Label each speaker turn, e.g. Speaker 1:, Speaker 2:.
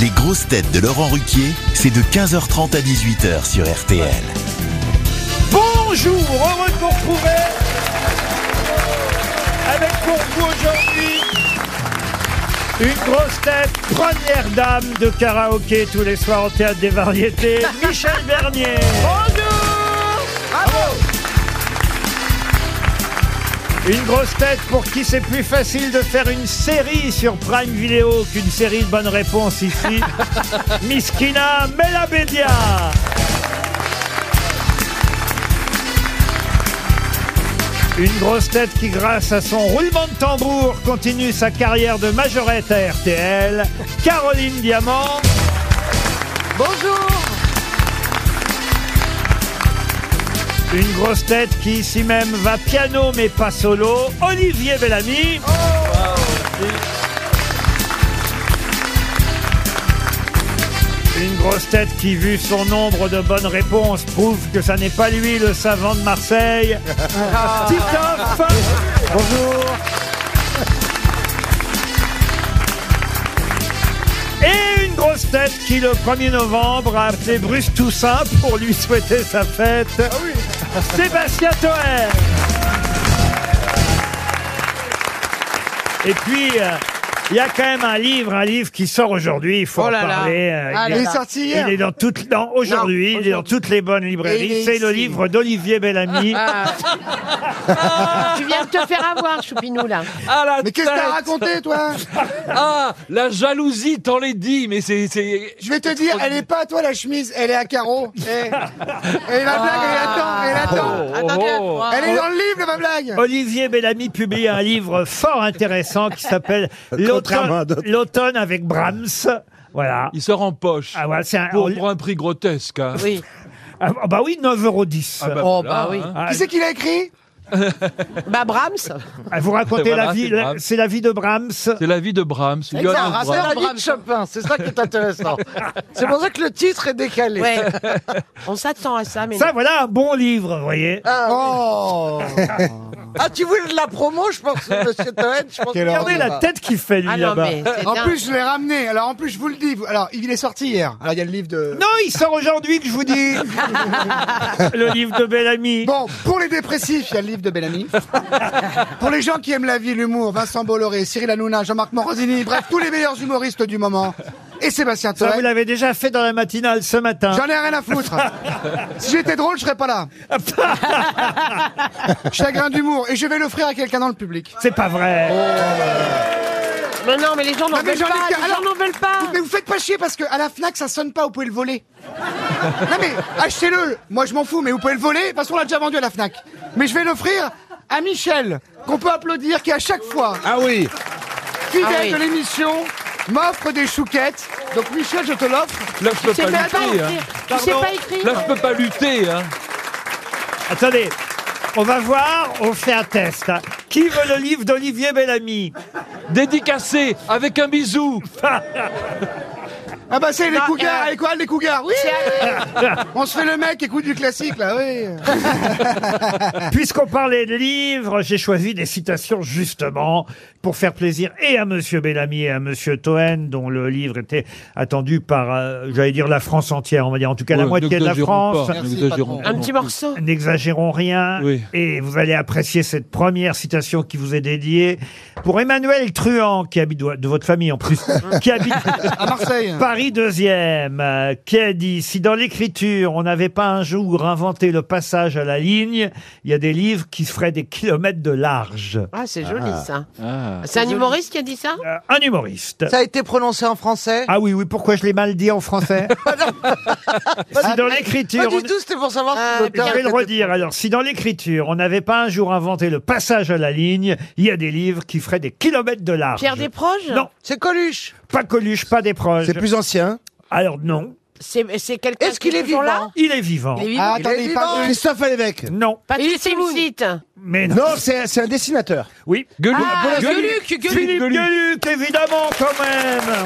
Speaker 1: Les grosses têtes de Laurent Ruquier, c'est de 15h30 à 18h sur RTL.
Speaker 2: Bonjour, heureux de vous retrouver avec pour vous aujourd'hui une grosse tête, première dame de karaoké tous les soirs au théâtre des variétés, Michel Bernier. Une grosse tête pour qui c'est plus facile de faire une série sur Prime Video qu'une série de bonnes réponses ici. Miskina Melabedia. Une grosse tête qui, grâce à son roulement de tambour, continue sa carrière de majorette à RTL, Caroline Diamant. Bonjour Une grosse tête qui ici même va piano mais pas solo, Olivier Bellamy. Une grosse tête qui, vu son nombre de bonnes réponses, prouve que ça n'est pas lui le savant de Marseille. Titoff Bonjour Et une grosse tête qui, le 1er novembre, a appelé Bruce Toussaint pour lui souhaiter sa fête.
Speaker 3: Ah
Speaker 2: Sébastien Toer. Et puis, euh, il y a quand même un livre, un livre qui sort aujourd'hui. Il faut
Speaker 3: Oh là
Speaker 2: en
Speaker 3: là.
Speaker 2: parler.
Speaker 3: Ah là
Speaker 2: euh, est-
Speaker 3: là. Il est sorti hier.
Speaker 2: Il est dans toutes, non, aujourd'hui, il est dans toutes les bonnes
Speaker 3: Et il est
Speaker 2: librairies. C'est le
Speaker 3: ici.
Speaker 2: livre d'Olivier Bellamy.
Speaker 4: Tu viens de te faire avoir, Choupinou, là.
Speaker 5: Ah la
Speaker 3: Mais qu'est-ce que
Speaker 5: tête
Speaker 3: t'as raconté, toi
Speaker 5: Ah la jalousie, t'en l'es dit, mais c'est c'est.
Speaker 3: Je vais te dire, elle est pas à toi la chemise, elle est à carreaux. Eh. Et, la blague, elle attend, elle
Speaker 5: Oh,
Speaker 3: attend. Elle est dans le livre, ma blague.
Speaker 2: Olivier Bellamy publie un livre fort intéressant qui s'appelle L'automne l'automne avec Brahms. Voilà.
Speaker 5: Il sort en poche.
Speaker 2: Ah, voilà, c'est un-
Speaker 5: pour, pour un prix grotesque. hein.
Speaker 4: Oui.
Speaker 2: Ah, bah oui, 9,10
Speaker 5: Ah, bah,
Speaker 4: Oh,
Speaker 5: voilà,
Speaker 4: bah oui.
Speaker 5: hein.
Speaker 2: Ah,
Speaker 3: Qui c'est qui l'a écrit
Speaker 4: Bah, Brahms.
Speaker 2: ah, vous racontez
Speaker 5: Voilà,
Speaker 2: la vie,
Speaker 5: c'est
Speaker 2: la-
Speaker 5: Brahms.
Speaker 2: c'est la vie de Brahms.
Speaker 5: C'est la vie de Brahms. Johann Brahms.
Speaker 6: la vie de Chopin, c'est ça qui est intéressant. c'est pour ça que le titre est décalé.
Speaker 4: Ouais. On s'attend à ça, mais.
Speaker 2: Ça, voilà un bon livre, vous voyez.
Speaker 5: Ah,
Speaker 3: Oh
Speaker 6: Ah, tu voulais de la promo, je pense, monsieur Toen je pense que-
Speaker 2: Regardez la tête qu'il fait, lui,
Speaker 4: Ah non,
Speaker 2: là-bas.
Speaker 4: mais. c'est
Speaker 3: En
Speaker 4: dingue.
Speaker 3: plus, je l'ai ramené. Alors, en plus, je vous le dis. vous- Alors, il est sorti hier. Alors, il y a le livre de.
Speaker 2: Non, il sort aujourd'hui, que je vous dis. Le livre de Bellamy.
Speaker 3: Bon, pour les dépressifs, il y a le livre de Bellamy. pour les gens qui aiment la vie, l'humour, Vincent Bolloré, Cyril Hanouna, Jean-Marc Morosini, bref, tous les meilleurs humoristes du moment. Et Sébastien
Speaker 2: Ça, vous
Speaker 3: Toen.
Speaker 2: l'avez déjà fait dans la matinale ce matin.
Speaker 4: Hein
Speaker 3: J'en ai rien à foutre. si j'étais drôle, je serais pas là. Chagrin d'humour. Et je vais l'offrir à quelqu'un dans le public.
Speaker 2: C'est pas vrai.
Speaker 4: Mais non, mais les gens n'en
Speaker 3: Non, mais
Speaker 4: veulent
Speaker 3: j'en ai
Speaker 4: pas.
Speaker 3: qu'un.
Speaker 4: Les gens
Speaker 3: Alors-
Speaker 4: n'en veulent pas.
Speaker 3: Mais vous faites pas chier parce que à la Fnac, ça sonne pas, vous pouvez le voler. non mais, achetez-le. Moi, je m'en fous, mais vous pouvez le voler. De toute façon, on l'a déjà vendu à la Fnac. Mais je vais l'offrir à Michel, qu'on peut applaudir, qui à chaque fois,
Speaker 7: Ah oui,
Speaker 3: fidèle
Speaker 4: Ah oui.
Speaker 3: de l'émission, m'offre des chouquettes. Donc Michel, je te l'offre.
Speaker 5: Là, je peux
Speaker 4: Tu sais
Speaker 5: pas
Speaker 4: même pas
Speaker 5: lutter. hein.
Speaker 4: écrire. Tu sais
Speaker 2: Pardon.
Speaker 4: pas écrire.
Speaker 5: Là, je peux pas lutter. hein.
Speaker 2: Attendez. On va voir, on fait un test. hein. Qui veut le livre d'Olivier Bellamy
Speaker 5: Dédicacé avec un bisou.
Speaker 3: Ah bah c'est les
Speaker 4: Non,
Speaker 3: cougars,
Speaker 4: euh,
Speaker 3: les quoi, les cougars. Oui,
Speaker 4: C'est à-
Speaker 3: on se fait le mec, écoute du classique là. Oui.
Speaker 2: Puisqu'on parlait de livres, j'ai choisi des citations justement pour faire plaisir et à Monsieur Bellamy et à Monsieur Toen, dont le livre était attendu par, euh, j'allais dire, la France entière, on va dire en tout cas la
Speaker 5: Ouais,
Speaker 2: moitié de la
Speaker 5: n'exagérons
Speaker 2: France.
Speaker 5: pas, n'exagérons pas
Speaker 4: Un
Speaker 5: non
Speaker 4: petit
Speaker 5: plus.
Speaker 4: morceau.
Speaker 2: N'exagérons rien.
Speaker 5: Oui.
Speaker 2: Et vous allez apprécier cette première citation qui vous est dédiée pour Emmanuel Truand, qui habite de votre famille en plus, qui habite
Speaker 3: À Marseille.
Speaker 2: Paris deuxième, euh, qui a dit si dans l'écriture on n'avait pas un jour inventé le passage à la ligne, il y a des livres qui feraient des kilomètres de large.
Speaker 4: Ah, c'est joli, ça.
Speaker 5: Ah.
Speaker 4: C'est un humoriste qui a dit ça
Speaker 2: Euh, un humoriste.
Speaker 6: Ça a été prononcé en français
Speaker 2: Ah oui oui, pourquoi je l'ai mal dit en français Si dans
Speaker 6: Pas
Speaker 2: l'écriture
Speaker 6: du
Speaker 2: on-
Speaker 6: tout, c'était pour savoir
Speaker 4: Ah,
Speaker 6: si l'auteur
Speaker 2: Je vais le
Speaker 6: était-
Speaker 2: redire. Alors, si dans l'écriture, on n'avait pas un jour inventé le passage à la ligne, il y a des livres qui feraient des kilomètres de large.
Speaker 4: Pierre Desproges
Speaker 2: Non,
Speaker 6: C'est Coluche.
Speaker 2: pas Coluche, pas des proches.
Speaker 7: c'est plus ancien.
Speaker 2: Alors, non,
Speaker 4: C'est c'est quelqu'un
Speaker 6: Est-ce qu'il est
Speaker 4: toujours là
Speaker 6: vivant
Speaker 2: il est vivant.
Speaker 4: Il est vivant.
Speaker 3: Ah,
Speaker 6: Il est
Speaker 3: attendez, il parle.
Speaker 7: Christophe Alévêque.
Speaker 2: Non,
Speaker 4: Patrick Timsit.
Speaker 2: mais non.
Speaker 7: Non, c'est c'est un dessinateur.
Speaker 2: Oui.
Speaker 5: Gueuluc.
Speaker 4: Ah,
Speaker 5: Gueuluc.
Speaker 4: Gueuluc, Gueuluc.
Speaker 2: Philippe Gueluc, évidemment, quand même.